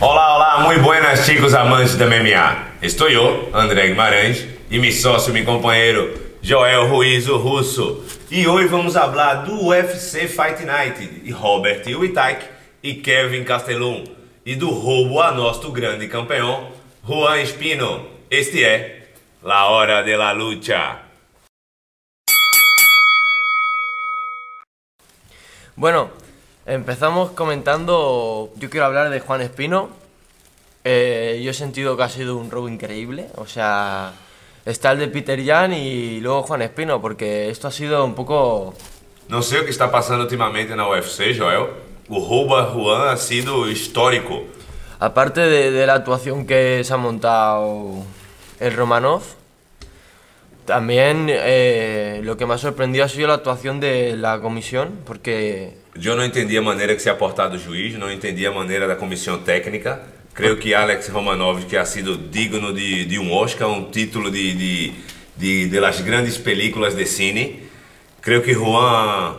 Olá, olá, muito buenas, chicos amantes da MMA. Estou eu, André Guimarães, e meu sócio, meu companheiro, Joel Ruiz, o Russo. E hoje vamos falar do UFC Fight Night e Robert Whittaker e Kevin Castellum e do roubo a nosso grande campeão, Juan Espino. Este é La Hora de la Lucha. Bueno, empezamos comentando. Yo quiero hablar de Juan Espino. Eh, yo he sentido que ha sido un robo increíble. O sea, está el de Peter Jan y luego Juan Espino, porque esto ha sido un poco. Não sei o que está passando ultimamente na UFC, Joel. O roubo a Juan ha sido histórico. Aparte de, de la actuación que se ha montado el Romanov, también eh, lo que me ha sorprendido ha sido la actuación de la comisión, porque Eu não entendi a maneira que se ha portado o juiz, não entendi a maneira da comissão técnica. Creio que Alex Romanov, que ha sido digno de, de um Oscar, um título de, de, de, de las grandes películas de cine. Creio que Juan.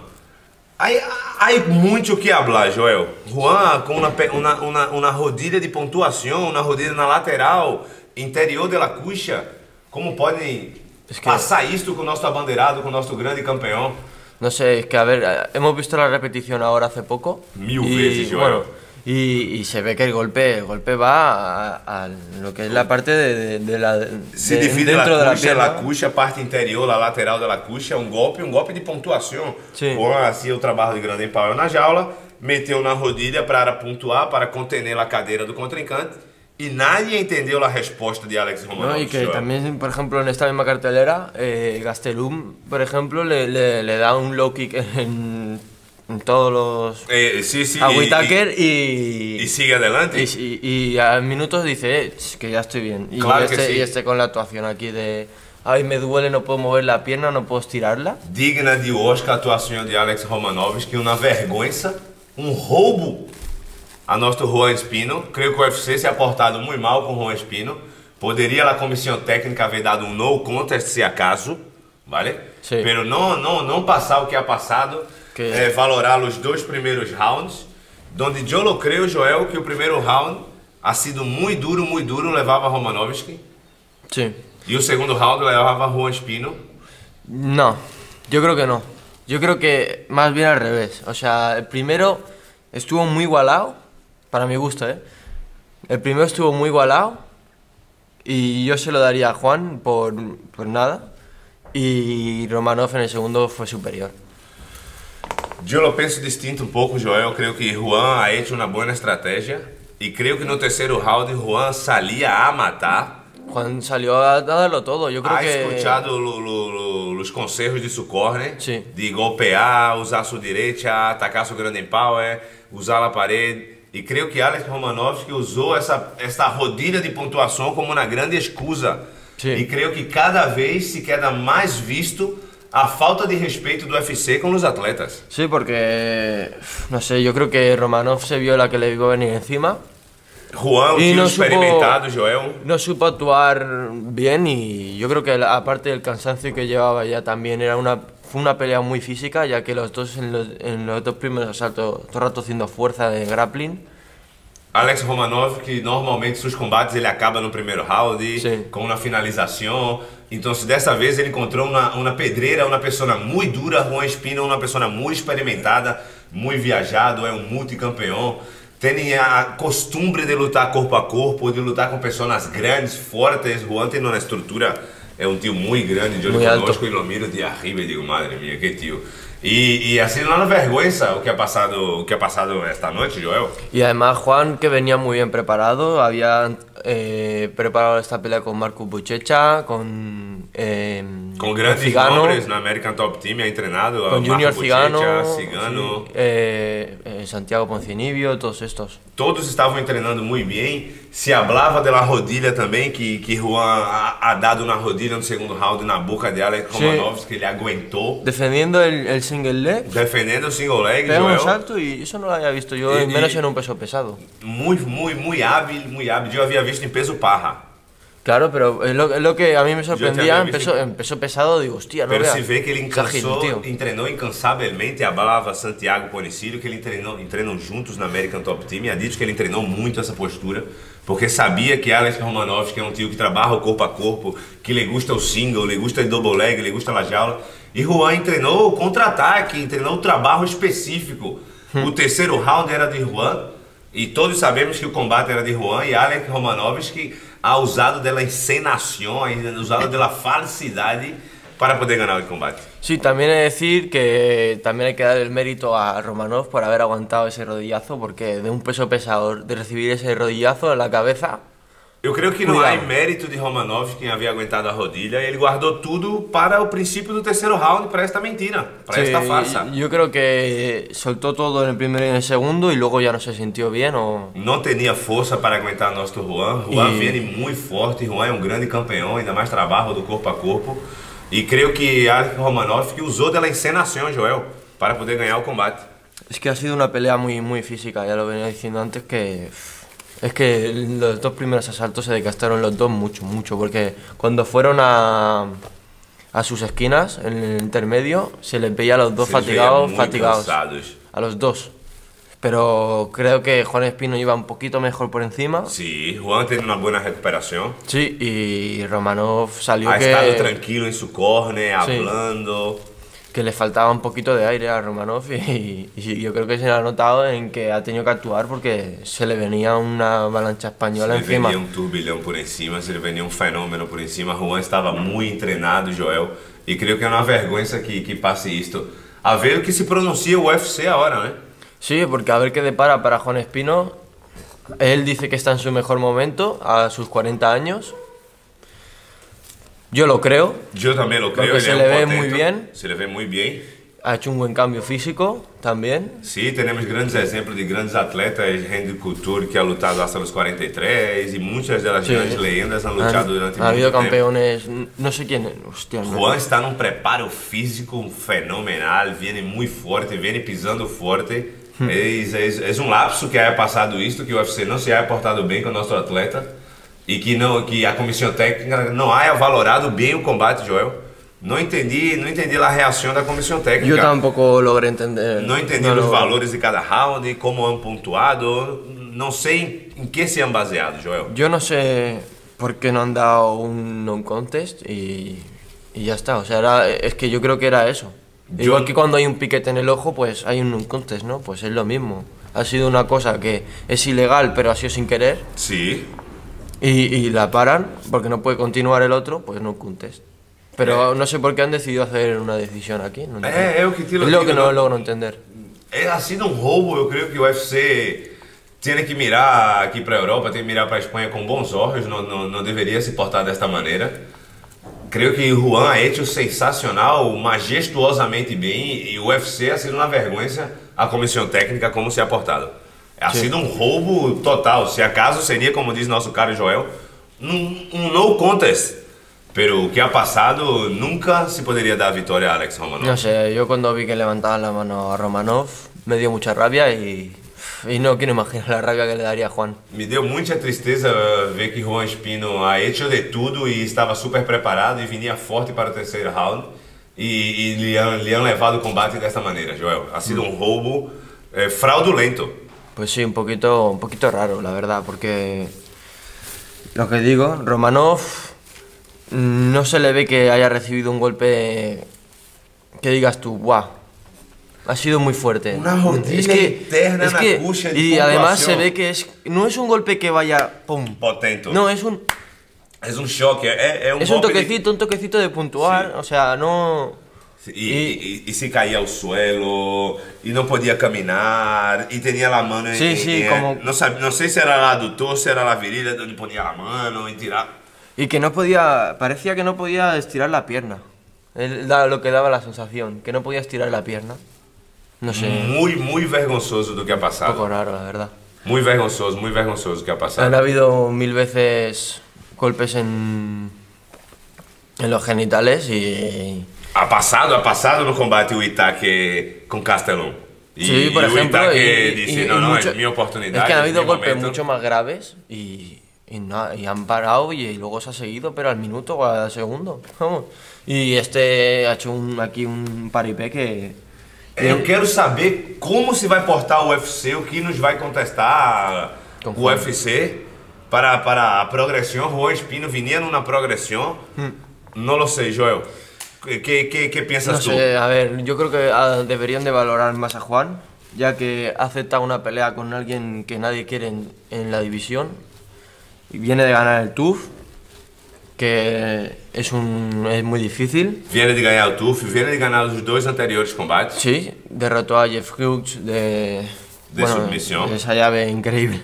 Aí, aí muito o que hablar, Joel. Juan com uma, pe- uma, uma, uma rodilha de pontuação, uma rodilha na lateral, interior de la cuxa. Como podem Es que- passar isto com o nosso abandeirado, com o nosso grande campeão? No sé, es que a ver, eh, hemos visto la repetición ahora hace poco. Mil veces, Joao. bueno, y, y se ve que el golpe, el golpe va a, a lo que es la parte de, de- de la de- Se de- divide É, dentro la de la cuxa, pierna. la cuxa, a parte interior, a lateral da cuxa, um golpe, um golpe de pontuação. Sim. Juan hacía o trabalho de grande empalho na jaula, meteu na rodilha para pontuar, para contener a cadeira do contrincante, e nadie entendeu a resposta de Alex Romanov. ¿no? Y que senhor. también, por ejemplo, en esta misma cartelera, eh, Gastelum, por ejemplo, le, le- le da un low kick en, en todos los... Eh, sí, sí, A e- Whittaker y... e- e sigue adelante. Y, y- y a minutos dice, "Eh, ch, que ya estoy bien. Y, Claro que este, sí. y este con la actuación aquí de, ay, me duele, no puedo mover la pierna, no puedo estirarla. digna de Oscar a atuação de Alex Romanovski, uma vergonha, um roubo a nosso Juan Espino. Creio que o UFC se ha portado muito mal com o Juan Espino. Poderia a comissão técnica haver dado um no contest se acaso, vale? Sim. Pero não, não, não passar o que ha passado, Que- eh, valorar os dois primeiros rounds, onde eu creio, Joel, que o primeiro round ha sido muito duro, muito duro, levava Romanovski. Sí. E o segundo round levava Juan Espino. No, yo creo que no. Yo creo que más bien al revés. O sea, el primero estuvo muy igualado, para mi gusto, ¿eh? El primero estuvo muy igualado y yo se lo daría a Juan por, por nada. Y Romanov en el segundo fue superior. Eu lo penso distinto um pouco, Joel. Creio que Juan ha hecho uma boa estratégia. E creio que no terceiro round Juan salia a matar. Juan salió a, a darlo todo. Yo creo Ha que... escuchado lo- lo- lo- os conselhos de su corner. Sim. De golpear, usar sua direita, atacar seu grande power, usar a parede. E creio que Alex Romanovski usou essa, essa rodilha de pontuação como uma grande excusa. Sim. E creio que cada vez se queda mais visto a falta de respeito do UFC com os atletas. Sí, porque... No sé, yo creo que Romanov se vio la que le iba a venir encima. Juan, um E time não supo- experimentado, Joel. No supo actuar bien y yo creo que la- aparte del cansancio que llevaba ya también era una, fue una pelea muy física, ya que los dos en los, en los dos primeros asaltos todo el rato haciendo fuerza de grappling. Alex Romanov, que normalmente seus combates ele acaba no primeiro round, Sim. com uma finalização. Então, se dessa vez ele encontrou uma, uma pedreira, uma pessoa muito dura, Juan Espina, uma pessoa muito experimentada, muito viajado, é um multicampeão. Tem a costumbre de lutar corpo a corpo, de lutar com pessoas grandes, fortes. Juan tem uma estrutura é um tio muito grande, de olho Muy alto. conosco, e lo miro de arriba e digo, madre minha, que tio. E, e assim, não é vergonha o que é passado, o que é passado esta noite, Joel. Y además Juan, que venía muy bien preparado, había eh, preparado esta pelea con Marcus Buchecha, con... eh, Com grandes Cigano, nomes na American Top Team, é treinado. Con Junior Cigano, Ah, Cigano. sí, eh, eh, Santiago Poncinibio, todos estos. Todos estavam treinando muito bem. Se hablava da rodilha também, que, que Juan ha, ha dado na rodilha no segundo round, na boca de Alex Sim. Romanovski, que ele aguentou. Defendiendo el, el single leg, Defendendo o single leg, Pega um un Joel. salto y eso no lo había visto yo, Y- menos y- en un peso pesado. Muito, muito, muito hábil, muito hábil. Eu havia visto em peso parra. Claro, pero es lo, es lo que a mí me sorprendía. también vi Empezó, empezó pesado, digo, hostia, no Pero veas. se vê que ele Sajin, encansou, tío. treinou incansavelmente a Bava, Santiago, Ponicílio, que ele treinou, treinam juntos na American Top Team. E a Ditch que ele treinou muito essa postura, porque sabia que Alex Romanovski é um tio que trabalha o corpo a corpo, que ele gusta o single, ele gusta o double leg, ele gusta a jaula. E Juan treinou o contra-ataque, treinou o trabalho específico. O terceiro round era de Juan. E todos sabemos que o combate era de Juan e Alex Romanovski ha usado dela encenação, ha usado dela falsidade para poder ganhar o combate. Sí, también he de decir que también hay que dar el mérito a Romanov por haber aguantado ese rodillazo, porque de un peso pesado, de recibir ese rodillazo en la cabeza, Eu creio que não há Cuidado. mérito de Romanovski em haver aguentado a rodilha. Ele guardou tudo para o princípio do terceiro round, para esta mentira, para Sí, esta farsa. Yo creo que soltó todo en el primero y en el segundo y luego ya no se sintió bien o... Não tinha força para aguentar nosso Juan. Juan E- vem muito forte. Juan é um grande campeão, ainda mais trabalho do corpo a corpo. E creio que Alex Romanovski usou dela encenação, Joel, para poder ganhar o combate. Es que ha sido una pelea muy, muy física, ya lo venía diciendo antes que... pff, Es que los dos primeros asaltos se desgastaron los dos mucho, mucho, porque cuando fueron a, a sus esquinas, en el intermedio, se les veía a los dos Se les veía fatigados, muy fatigados. cansados. A los dos. Pero creo que Juan Espino iba un poquito mejor por encima. Sí, Juan tiene una buena recuperación. Sí, y Romanov salió Ha que... estado tranquilo en su corner, Sí. hablando. que le faltaba un poquito de aire a Romanov y, y yo creo que se le ha notado en que ha tenido que actuar porque se le venía una avalancha Se española ele encima. venía un turbilhão por encima, se ele venía un fenômeno por encima. Juan estava muito treinado, Joel. E creio que é uma vergonha que, que passe isto. A ver o que se pronuncia o UFC agora, né? Sí, porque a ver qué depara para Juan Espino. Él dice que está en su mejor momento a sus 40 años. Yo lo creo. Eu também lo creo. Porque ele se é um le ve portento, muy bien. Se le ve muito bem. Ha hecho un buen cambio físico también. Sim, temos grandes exemplos de grandes atletas, Randy Couture, que ha lutado hasta os 43, e muitas delas Sim. grandes lendas han Han- lutado durante muito ha habido tempo. campeones, no sé quién, hostia, no- Juan está num preparo físico fenomenal, vem muito forte, vem pisando forte. É, um lapso que haya passado isto, que o UFC não se haya portado bem com o nosso atleta e que não, que a comissão técnica não haya valorado bem o combate, Joel. Não entendi, não entendi a reação da comissão técnica. Yo tampoco logré entender. Não entendi no os lo- valores de cada round, como han pontuado, não sei em, em que se han baseado, Joel. Yo no sé por qué no han dado un non-contest y, y ya está. O sea, era- es que yo creo que era eso. Yo- Igual que cuando hay un piquete en el ojo, pues hay un non-contest, ¿no? Pues es lo mismo. Ha sido una cosa que es ilegal, pero ha sido sin querer. Sim, Y, y la paran porque no puede continuar el otro, pues non-contest. Pero no sé por qué han decidido hacer una decisión aquí. no entiendo. Eh, eu que te lo es lo digo, que no, ¿no? logro entender. É, ha sido um roubo, eu creio que o UFC tinha que mirar aqui para a Europa, tem que mirar para a Espanha com bons olhos, não, não, não deveria se portar desta maneira. Creio que Juan ha hecho sensacional, majestuosamente bem, e o UFC ha sido uma vergonha a comissão técnica como se ha portado. Ha sido um roubo total, se acaso seria, como diz nosso caro Joel, um, um no contest. Pero o que ha passado nunca se poderia dar a vitória a Alex Romanov. No sé, yo cuando vi que levantaban la mano a Romanov me dio mucha rabia y, y no quiero imaginar la rabia que le daría a Juan. Me deu muita tristeza uh, ver que Juan Espino a hecho de tudo e estava super preparado e vinha forte para o terceiro round e, e lhe, han, lhe han levado o combate desta maneira, Joel. Ha sido um roubo eh, fraudulento. Pues sí, un poquito, un poquito raro, la verdad, porque lo que digo, Romanov mm, no se le ve que haya recibido un golpe que digas tú, guau, ha sido muy fuerte. Una rodilla interna en la cucha de y además se puntuación. ve que es, no es un golpe que vaya, pum, Potente. no es un, É um choque, é, é um es un golpe de- toquecito, un toquecito de puntuar, Sí. o sea, no. E, e- e se caía ao suelo, e não podia caminhar, e tinha a mão em. Sim, em- sim, em- eh, como- não, sabe, não sei se era lá adutor, se era lá virilha, onde podia a mão, e tirar. Y que no podía, parecía que no podía estirar la pierna. Él da- lo que daba la sensación, que no podía estirar la pierna. No sé, Muito, muito vergonzoso do que ha un passado. poco raro, la verdad. Muito vergonzoso, muito vergonzoso o que ha Han passado. habido mil veces golpes en, en los genitales y... Ha passado, ha passado no combate o Itaque com Castelão. E, sí, por e o ejemplo, Itaque y- y- disse, y não, não, mucho- é minha oportunidade. es que han habido meu golpes momento. mucho más graves y, Y, na- y han parado y, y luego se ha seguido, pero al minuto o al segundo. Vamos. Y este ha hecho un, aquí un paripé que. É, Eu quero saber como se vai portar o UFC, o que nos vai contestar o Conforme. UFC para, para a progressão. Juan Espino vinha numa progressão. Não lo sei, Joel. Que, que, que, que pensas No tu? sé, a ver, yo creo que ah, deberían de valorar más a Juan, ya que acepta una pelea con alguien que nadie quiere en, en la división. Y viene de ganar el TUF, que es, un, es muy difícil. Viene de ganhar o TUF, viene de ganhar os dois anteriores combates. Sí, derrotó a Jeff Hughes de... De sumisión. de Esa llave increíble.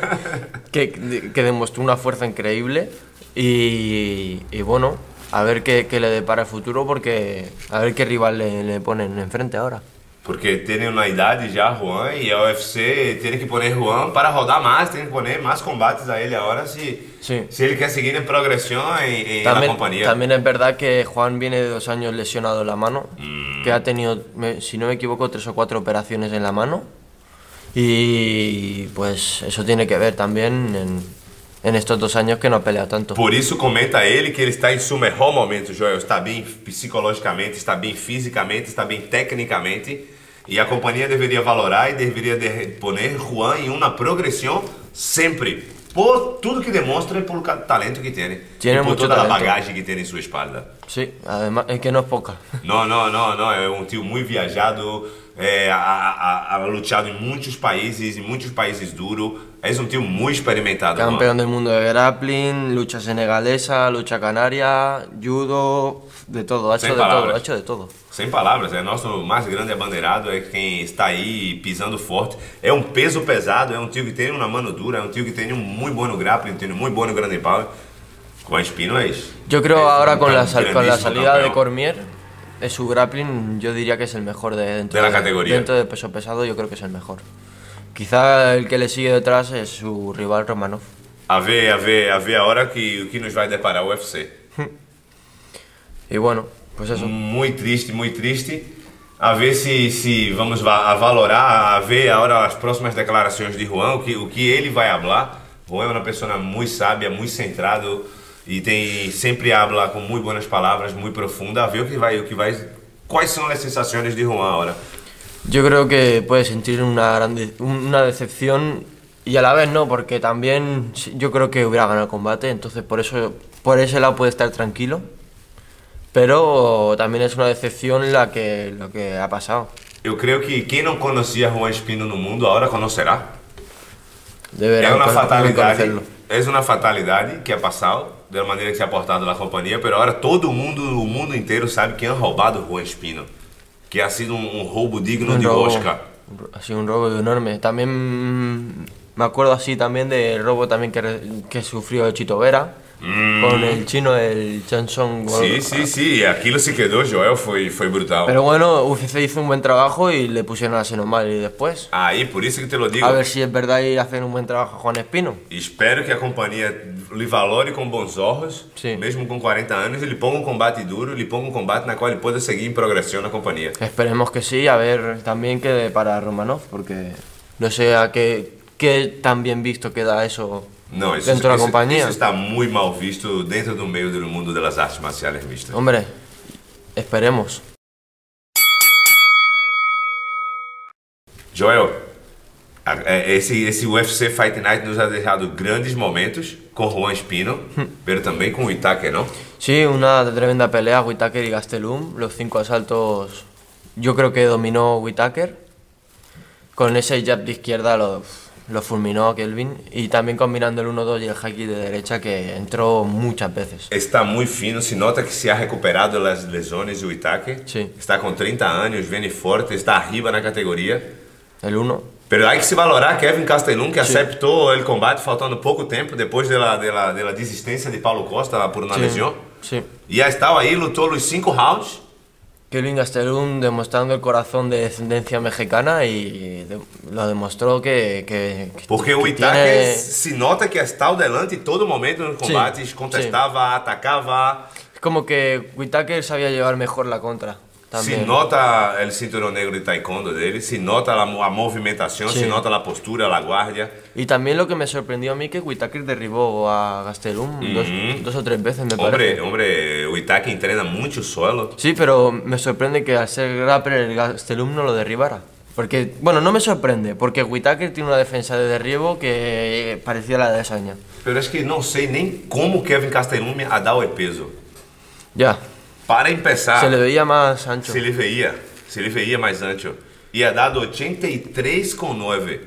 que, de- que demostró una fuerza increíble. Y, y bueno, a ver qué, qué le depara el futuro, porque a ver qué rival le, le ponen enfrente ahora. Porque tem uma idade já, Juan, e a UFC tem que pôr Juan para rodar mais, tem que pôr mais combates a ele agora se, Sí. se ele quer seguir em progressão em, em na También, companhia. también es verdad que Juan viene de dos años lesionado en la mano, que ha tenido, me- si no me equivoco, tres o cuatro operaciones en la mano. Y pues eso tiene que ver también en, en estos dos años que no ha peleado tanto. Por isso, comenta ele que ele está em seu melhor momento, Joel. Está bem psicologicamente, está bem fisicamente, está bem tecnicamente. E a companhia deveria valorar e deveria de pôr Juan em uma progressão sempre. Por tudo que demonstra e pelo ca- talento que tem. Tiene e por mucho toda a talento. bagagem que tem em sua espalda. Sí, además es que no es poca. Não, não, não, não. É um tio muito viajado, é, a, a, a, luteado em muitos países, em muitos países duro. É um tio muito experimentado. Juan. Campeón del mundo de grappling, lucha senegalesa, lucha canaria, judo, de todo, ha hecho Sin de todo, palabras. ha hecho de todo. Sem palavras, é nosso mais grande abandeirado, é quem está aí pisando forte. É um peso pesado, é um tio que tem uma mano dura, é um tio que tem um muito bom grappling, tem um muito bom grande power. Com a espino é isso. Yo creo É um ahora con la, gran- sal- con la grandíssimo salida de campeão. Cormier, de su grappling, yo diría que es el mejor de dentro De la categoría. Dentro de peso pesado, yo creo que es el mejor. Quizá el que le sigue detrás es su rival Romanov. A ver, a ver, a ver a hora que o que nos vai deparar o UFC. Y bueno, pues eso. Muito triste, muito triste. A ver se, se vamos va- a valorar, a ver agora as próximas declarações de Juan, o que, o que ele vai falar. Juan é uma pessoa muito sábia, muito centrado e tem sempre habla com muito boas palavras, muito profunda. A ver o que vai, o que vai. Quais são as sensações de Juan agora? Yo creo que puede sentir una, gran de- una decepción y a la vez no, porque también sí, yo creo que hubiera ganado el combate, entonces por eso por ese lado puede estar tranquilo. Pero también es una decepción la que, lo que ha pasado. Eu creio que quem não conhecia Juan Espino no mundo, agora conocerá. Deberá É uma con- fatalidade. reconocerlo. É uma fatalidade que é passado, da maneira que se ha portado na companhia, pero agora todo mundo, o mundo inteiro sabe que han roubado Juan Espino. Que ha sido um, um roubo digno Un de robo. Oscar. Un ro- Ha sido un robo enorme. También mm, me acuerdo así también del robo también que, re- que sufrió Chito Vera Mm. con el chino, el Chanson. Sim, sim, sim. Aquilo se quedou, Joel, foi, foi brutal. Pero bueno, UFC hizo un buen trabajo y le pusieron a Senomal y después. Aí, por isso que te lo digo. A ver si es verdad y hacen un buen trabajo a Juan Espino. Espero que a companhia lhe valore com bons olhos, Sim. mesmo com 40 anos, ele põe um combate duro, ele põe um combate na qual ele pode seguir em progressão na companhia. Esperemos que sí, a ver también que para Romanov, porque no sé a qué, qué tan bien visto queda eso Não, isso, dentro de la isso- compañía. isso está muito mal visto dentro do meio do mundo das artes marciais mistas. Hombre, esperemos. Joel, a- é, esse, esse UFC Fight Night nos ha deixado grandes momentos com Juan Espino, Hum. mas também com o Itaque, não? Sí, una tremenda pelea, Whitaker y Gastelum. Los cinco asaltos, yo creo que dominó Whitaker. Con ese jab de izquierda lo, lo fulminó Kelvin. Y también combinando el 1-2 y el haki de derecha que entró muchas veces. Está muito fino, se nota que se ha recuperado das lesões o Itaque. Sim. Está com 30 anos, vem forte, está arriba na categoria. El 1 Pero hay que se valorar Kevin Castellum, que aceitou o combate faltando pouco tempo depois da da- da desistência de Paulo Costa por uma Sí, lesão. sí. E aí estava aí, lutou os cinco rounds. Kelvin Gastelum demostrando el corazón de descendencia mexicana y de- lo demostró que, que- que- Porque o que é. Itaque tiene- se nota que está ao delante em todo momento nos combates, sim. contestava, atacava. Es como que Whitaker sabía llevar mejor la contra. Se También. nota el cinturón negro de taekwondo dele, se nota la, mo- a movimentación, Sí. se nota la postura, la guardia. Y también lo que me sorprendió a mí que Whitaker derribó a Gastelum dos, Ujú. dos o tres veces, me Hombre, parece. hombre, Uitaki entrena mucho suelo. Sí, pero me sorprende que al ser grappler el Gastelum no lo derribara. Porque, bueno, no me sorprende, porque Whitaker tiene una defensa de derribo que parecía la de Saña. Pero es que não sei nem como Kevin Castellumi a dar o peso. Ya, Para empezar, se le veía más ancho. se ele veía, se ele veía mais ancho. E a dado 83,9.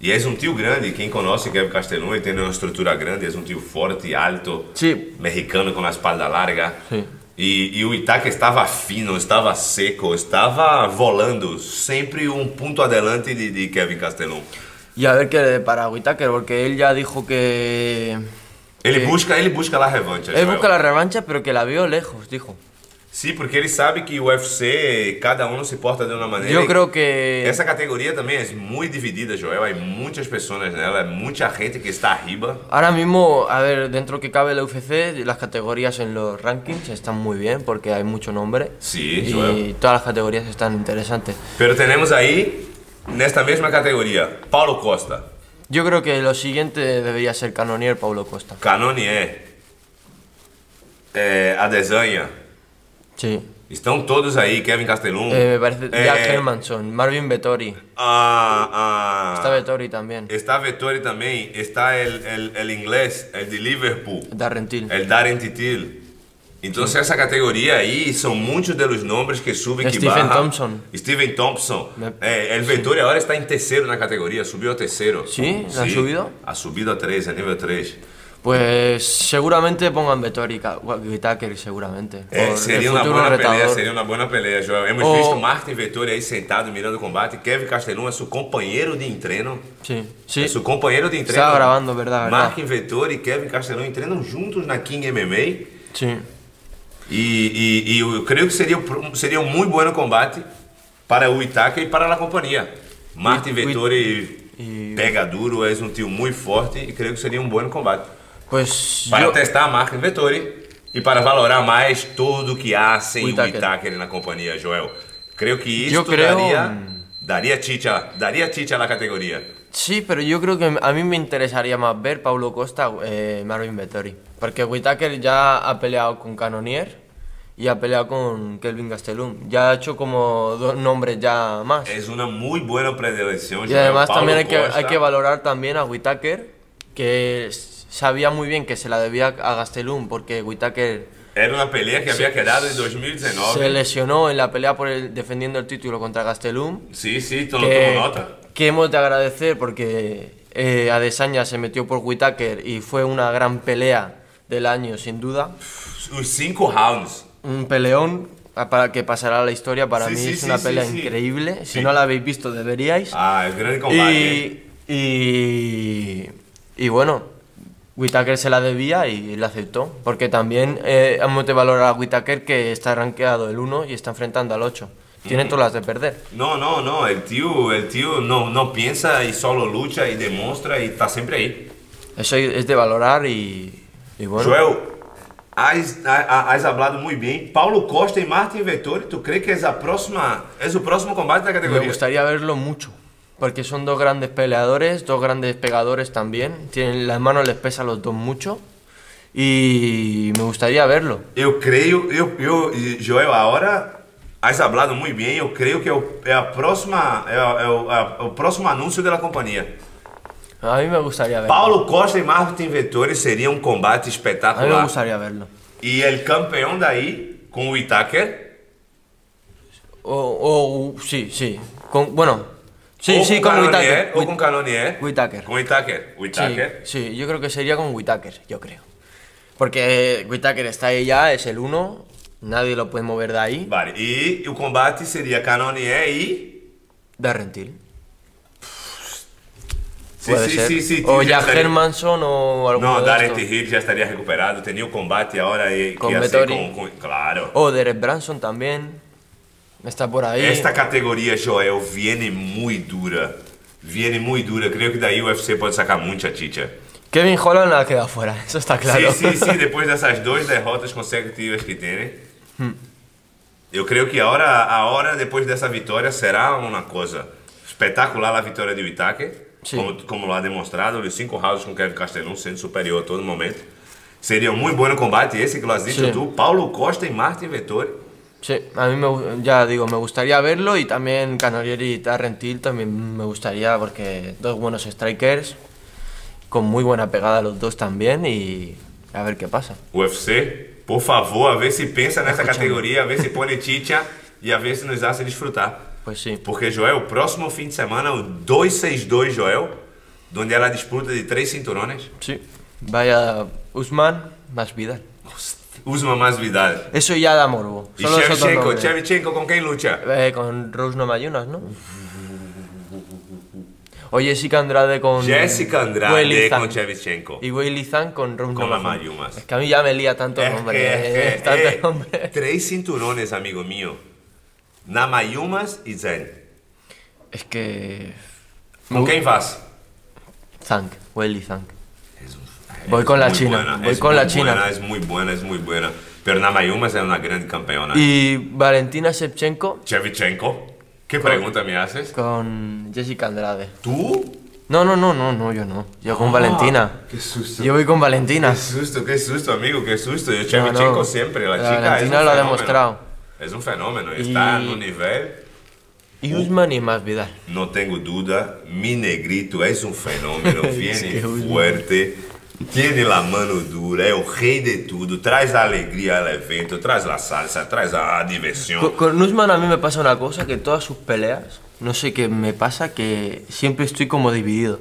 E é um tio grande, quem conhece Kevin Castellumi, tem uma estrutura grande, é um tio forte, alto, Sí, mexicano com a espalda larga. Sí. E, e o Itaca estava fino, estava seco, estava volando, sempre um ponto adelante de, de Kevin Castellum. y a ver qué le depara a Whitaker, porque él ya dijo que... Ele Sí. busca, ele busca lá a revanche. Él Joel. busca la revancha, pero que la vio lejos, dijo. Sim, porque ele sabe que o UFC, cada um se porta de uma maneira. Yo creo que... Essa categoria também é muito dividida, Joel. Há muitas pessoas nela, há muita gente que está arriba. Ahora mismo, a ver, dentro que cabe la UFC, las categorías en los rankings están muy bien porque hay mucho nombre. Sí, Y Joel. todas las categorías están interesantes. Pero temos aí, nesta mesma categoria, Paulo Costa, Yo creo que lo siguiente debería ser Canonier Pablo Costa. Canonier, é, Adesanha. Sí. Estão todos aí, Kevin Castellum. Eh, me parece É, Jack Hermanson, Marvin Vettori. Ah. a- a- Está Vettori también. está Vettori também. Está el, el, el inglês, el de Liverpool. Darrentil. El Darren Titil. Então, essa categoria aí são muitos dos nomes que subem que Stephen barra. Thompson. Steven Thompson. Me- É, El Vettori agora está em terceiro na categoria, subiu a terceiro. Sim? Ha subido? Ha subido a 3, a nível 3. Pues seguramente pongan Vettori, Ka- Whittaker seguramente. por É, seria el uma futuro boa peleia, retador. seria uma boa peleia, Joel. Hemos O- visto Martin Vettori aí sentado mirando o combate. Kevin Castellum é seu companheiro de entreno. Sí, sí. É seu companheiro de entreno. Estava gravando, verdade, verdade. Martin Vettori e Kevin Castellum treinam juntos na King MMA. Sí. E, e, e eu creio que seria, pro- seria um muito bom combate para o Itaca e para a companhia. Martin Ui- Vettori e- pega duro, é um tio muito forte e creio que seria um bom combate. Pues Para yo- testar a Martin Vettori e para valorar mais tudo que há sem o Whittaker. Itaca na companhia, Joel. Creio que Eu isso creio- daria, um- daria chicha, daria chicha na categoria. Sí, pero yo creo que a mí me interesaría más ver Paulo Costa, eh, Marvin Vettori. Porque Whittaker ya ha peleado con Canonier y ha peleado con Kelvin Gastelum. Ya ha hecho como dos nombres ya más. É uma muito boa predileção, Joel. y además Paulo también hay que, Costa. hay que valorar también a Whittaker, que s- sabía muy bien que se la debía a Gastelum, porque Whittaker Era uma pelea que havia quedado em 2019. se lesionó en la pelea por el, defendiendo el título contra Gastelum. Sim, sim, tu não tomou que, nota? que hemos de agradecer porque eh, Adesanya se metió por Whitaker y fue una gran pelea del año, sin duda. Os cinco rounds. Un peleón a- para que pasará a la historia. Para Sí, mí sí, es sí, una sí, pelea sí. increíble. Si Sí. no la habéis visto, deberíais. Ah, el gran combate. y, y, y bueno, Whitaker se la debía y la aceptó. Porque también eh, hemos de valorar a Whitaker que está rankeado el 1 y está enfrentando al 8. Tiene todas las de perder. No, no, no. El tío, el tío no, no piensa y solo lucha y demuestra y está siempre ahí. Eso es de valorar y, y bueno. Joel, has, ha- has hablado muy bien. Paulo Costa y Martin Vettori, ¿tú crees que es, la próxima, es el próximo combate de la Me categoría? gustaría verlo mucho. Porque son dos grandes peleadores, dos grandes pegadores también. Tienen las manos les pesa a los dos mucho. Y me gustaría verlo. Eu creio, eu, eu, Joel, agora has hablado muito bem. Eu creio que é o, é a próxima, é, o- é o, é o próximo anúncio da companhia. A mí me gustaría verlo. Paulo Costa e Martin Vettori seria um combate a mí me espetacular. gustaría verlo. E el campeão daí, com o Itaker, O, o- sí, sí. Con, bueno, sí, ou sí, com con Canonier, Whitaker. ou com Canonier. Whittaker. Com Itaker. O Sí, Itaker. sí, yo creo que sería con Whitaker, yo creo. Porque Whitaker está ahí ya, es el uno. Nadie lo puede mover de ahí. Vale. E o combate seria Canonier e. Darrentil. Sim, Puede sim, ser. sim, sim, o sim, Jack estaria- Hermanson o alguno Não, de Darren estos. Hill já estaria recuperado. Tinha o combate agora e Com ia ser Vettori. com, com- Claro. O Derek Branson también. Está por ahí. Esta categoria, Joel, viene muito dura. Viene muito dura. Creio que daí o UFC pode sacar muita chicha. Kevin Holland ha quedado fuera, eso está claro. Hum. Sim, sim, sim. Depois dessas duas derrotas consecutivas que tem, Eu creio que a hora, a hora depois dessa vitória será uma coisa espetacular a vitória de Itaque, Sim. como, como lá demonstrado, os cinco rounds com Kevin Castelum sendo superior a todo momento. Seria um muito bom combate esse que lo has dicho Sim. tú, Paulo Costa e Martin Vettori. Sí, a mí me, gu- ya digo, me gustaría verlo y también Canolieri y Tarrentil también me gustaría porque dos buenos strikers con muy buena pegada los dos también y a ver qué pasa. UFC, por favor, a ver se pensa nessa categoria, a ver se põe Ticha e a ver se nos dá se desfrutar. Pues sí, Porque, Joel, o próximo fim de semana, o 262 Joel, onde ela disputa de três cinturões. sí. Vaya Usman más Vidal. Usman Masvidal. Eso ya da morbo. E Solo esos dos Shevchenko, nombres. Shevchenko com quem luta? Eh, con Rose no me ayunas, ¿no? O Jessica Andrade con... Jessica Wei Li Andrade Zhang. con Shevchenko. Y Willy Zan con Rose Con no la me ayunas. Mayumas. Es que a mí ya me lía tanto É nombre. que- é eh, que- tanto é. nombre. Três cinturones, amigo meu. Namayumas e Zen. Es que. Uh. Com quem vas? Zank, Welly Zank. Voy con la muy China, É buena, voy es con muy la China. buena, es muy buena, es muy buena. Pero Namayumas es una gran é campeona. Y Valentina Shevchenko Shevchenko, ¿qué pregunta me haces? con Jessica Andrade. ¿Tú? No, no, no, no, no, yo no. Yo con Valentina. Ah, Qué susto. Yo voy con Valentina. Qué susto, qué susto, amigo, qué susto. Yo No, Shevchenko no. siempre, la La chica es un Valentina lo ha fenómeno. demostrado. Es un fenómeno, está Y- en un nivel... Y Usman y más Vidal. No tengo duda, mi negrito es un fenómeno, viene fuerte, tiene la mano dura, é o rei de tudo, traz a alegria ao evento, traz a salsa, traz a Con, diversão. con Usman a mí me pasa una cosa: que todas sus peleas, no sé qué me pasa, que siempre estoy como dividido.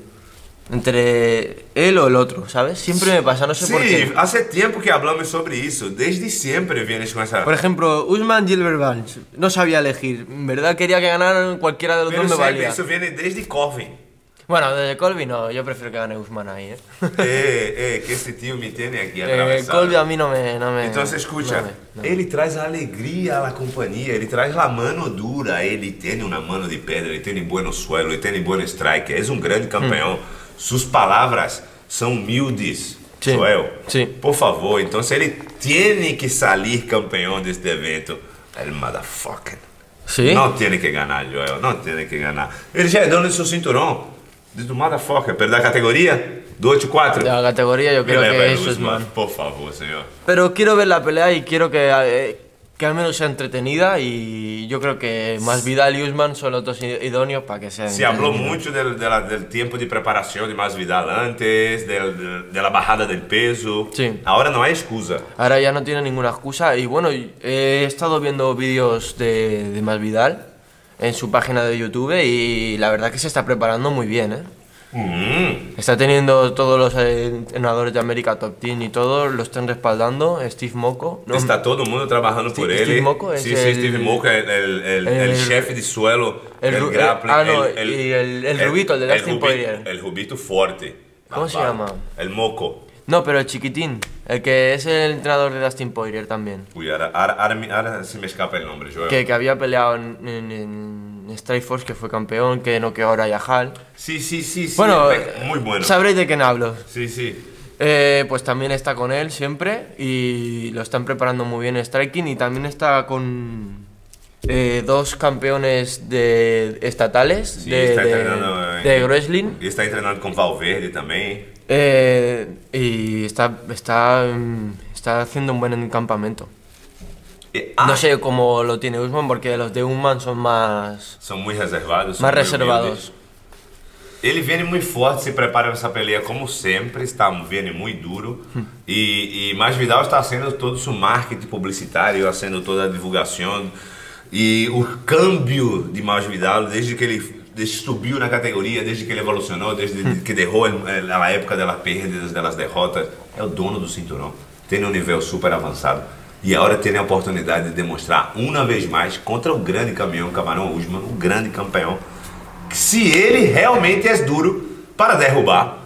Entre él o el otro, ¿sabes? Siempre me pasa, no sé por Sim, qué. há tempo que falamos sobre isso, desde sempre vienes com essa... Por ejemplo, Usman Gilbert Burns. No sabía elegir. En verdad quería que ganaran cualquiera de los Pero dos me sempre, valía. isso vem desde Corvin. Bueno, desde Colby no, yo prefiero que gane Guzmán ahí, ¿eh? é, é, que esse tio me tem aqui Eh, atravessado. Colby a mí no me... No me Então você escuta, no me- no. ele traz alegria à companhia, ele traz a mano dura, ele tem uma mano de pedra, ele tem um bom suelo, ele tem um bom strike, é um grande Hum. campeão. Suas palavras são humildes, Sim. Joel. Sim. Por favor, então se ele tem que sair campeão deste evento, ele motherfucker. ¿Sí? Não tem que ganhar, Joel, não tem que ganhar. Ele já é dono do seu cinturão, do motherfucker, perder a categoría, do 8 4. De la categoría yo Me creo leva Ah, que é ele, eso es Usman, malo. por favor, senhor. Pero quiero ver la pelea y quiero que, eh, que al menos sea entretenida y yo creo que más Vidal y Usman son los dos i- idóneos para que sea Se habló entretenida. mucho del, de la- del tiempo de preparación de Masvidal antes, del- del- de la bajada del peso. Sí. Ahora no hay excusa. Ahora ya no tiene ninguna excusa y bueno, y- eh, he estado viendo vídeos de, de Más Vidal en su página de YouTube y la verdad que se está preparando muy bien, ¿eh? Mm. Está teniendo todos los eh, entrenadores de América Top Team y todo, lo están respaldando. Steve Moco. no, Está todo el mundo trabajando por él. Steve Moko es sí, sí, el- Steve é, Moko, el, el, el- el el- jefe de suelo, el el, ru- grappling. ah, no, y el- el rubito, el de Dustin rubito- Poirier. El rubito fuerte. ¿Cómo se Bárbaro. llama? El Moco. No, pero el chiquitín, el que es el entrenador de Dustin Poirier también. Uy, ahora, ahora- ahora me- ahora se me escapa el nombre, Joel. Que, que había peleado en, en, en Strikeforce, que fue campeón, que noqueó ahora a Hall. Sí, sí, sí, sí. Bueno, muy bueno. sabréis de quién hablo. Sí, sí. Eh, pues también está con él siempre y lo están preparando muy bien en Striking y también está con eh, dos campeones de estatales Sí, de, está de- entrenando, eh, de wrestling Y está entrenando con Valverde también. eh, y está, está, mm, está haciendo un buen campamento. Eh, ah, No sé cómo lo tiene Usman porque los de Usman son más, São muito reservados. são más muito reservados. humildes. Ele vem muito forte, se prepara para essa peleia como sempre, está vindo muito duro. E, e Masvidal está sendo todo seu marketing publicitário, sendo toda a divulgação. E o câmbio de Masvidal, desde que ele desde que subiu na categoria, desde que ele evolucionou, desde que derrou eh, a época das perdas, das derrotas, é o dono do cinturão. Tem um nível super avançado. E agora tem a oportunidade de demonstrar uma vez mais contra o grande caminhão Camarão Usman, o grande campeão se ele realmente é duro para derrubar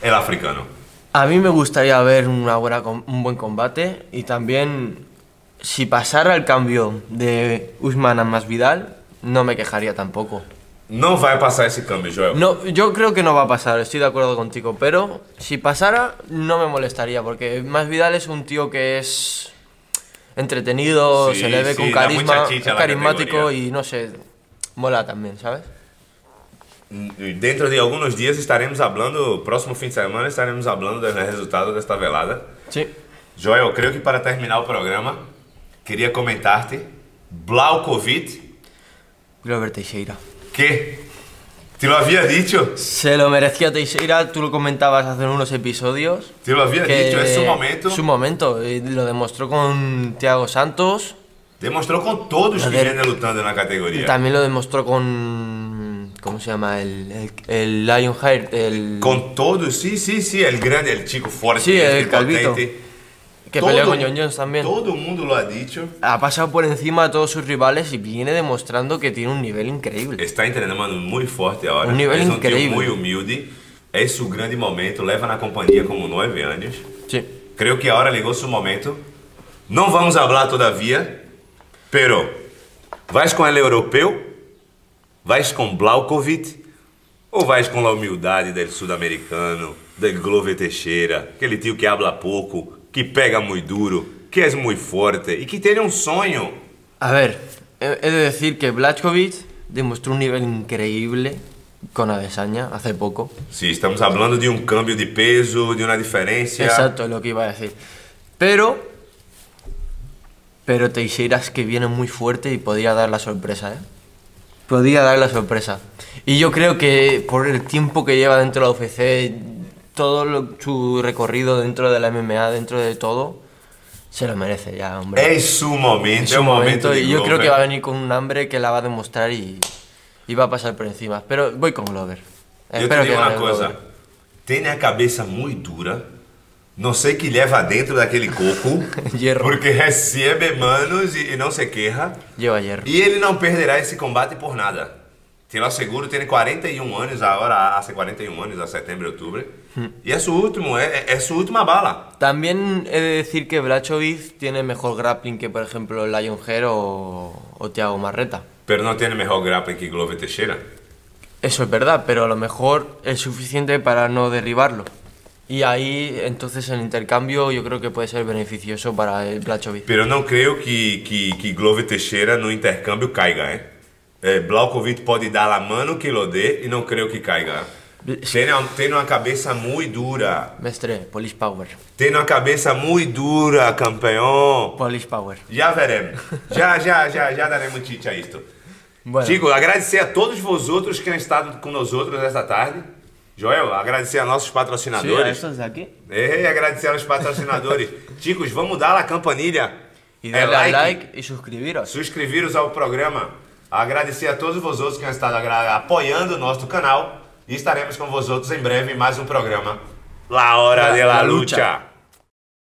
el africano. A mí me gustaría ver una buena, com- un buen combate y también si pasara el cambio de Usman a Masvidal, no me quejaría tampoco. Não vai passar esse câmbio, Joel. No, yo creo que no va a pasar, estoy de acuerdo contigo, pero si pasara no me molestaría porque Masvidal es un tío que es entretenido, Sí, se le ve sí, da con carisma, mucha chicha es la carismático categoría. y no sé, mola también, ¿sabes? Dentro de algunos días estaremos hablando, próximo fin de semana estaremos hablando del resultado de esta velada. Sí. Joel, creo que para terminar el programa, quería comentarte, Blaukovic, Glover Teixeira. que te lo había dicho, Se lo merecía Teixeira, tú lo comentabas hace unos episodios. te lo había dicho, es su momento. Su momento, y lo demostró con Thiago Santos, Demonstrou com todos que Mas ele- vêm lutando na categoria. también lo demostró con... ¿Cómo se llama? El, el, el Lionheart, el... Com todos, sim, sim, sim. É grande, é chico forte, Sim, é é calvito. que é peleó con John Jones también. Todo mundo lo ha dicho. Ha pasado por encima a todos sus rivales y viene demostrando que tiene un nivel increíble. Está treinando muito forte agora. Um nível é um incrível. time muito humilde. É seu grande momento. Leva na companhia como nove anos. Sí. Creio que agora ligou seu momento. Não vamos falar todavia, pero vais com ele europeu, vais com Blaukovic ou vais com a humildade del sul-americano, del Glover Teixeira, aquele tio que habla pouco, que pega muito duro, que é muito forte e que tem um sonho. A ver, he he de decir que Blachkovic demostró un nivel increíble con Adesanya hace poco. Sim, estamos falando de um câmbio de peso, de uma diferença. Exacto, es lo que iba a decir. Pero. Pero Teixeira es que viene muy fuerte y podría dar la sorpresa, ¿eh? Podría dar la sorpresa. Y yo creo que por el tiempo que lleva dentro de la UFC, todo lo- su recorrido dentro de la MMA, dentro de todo, se lo merece ya, hombre. É seu momento, Es é un o momento, Eh, de é. y yo creo Glover. que va a venir con un hambre que la va a demostrar y, y va a pasar por encima. Pero voy con Glover. Eu te Espero que digo uma gane coisa. Glover. Tenha a cabeça muito dura. Não sei que leva dentro daquele coco. Hierro. Porque recebe manos e, e não se queja. Lleva hierro. E ele não perderá esse combate por nada. Te lo seguro, tem 41 anos agora, há 41 anos, a setembro, outubro. Hum. E é seu último, é, é- é sua última bala. También he de decir que Blachovic tiene mejor grappling que, por ejemplo, Lion Hair o, o Thiago Marreta. Pero não tem melhor grapa que Glover Teixeira. Eso es verdad, pero a lo mejor es suficiente para no derribarlo. Y ahí, entonces, el intercambio yo creo que puede ser beneficioso para el Blachovic. Pero não creio que, que, que Glover Teixeira no intercâmbio caiga, hein? É, Blaukovic pode dar a mano que lo dê e não creio que caiga. Tem, uma- tem uma cabeça muito dura. Mestre, Polish Power. Tem uma cabeça muito dura, campeão. Polish Power. Já veremos. Já, já, já, já daremos tite a isto. Bueno, Digo, agradecer a todos vós outros que han estado com nós outros esta tarde. Joel, agradecer a nossos sí, a patrocinadores. estos de aquí. Ei, agradecer aos patrocinadores. Chicos, vamos dar a campanilha. Y É darle al like y suscribiros. Subscreveram-se ao programa. Agradecer a todos vocês que estão agra- apoiando o nosso canal. E estaremos com vocês em breve em mais um programa. La Hora La- de la, la lucha. lucha.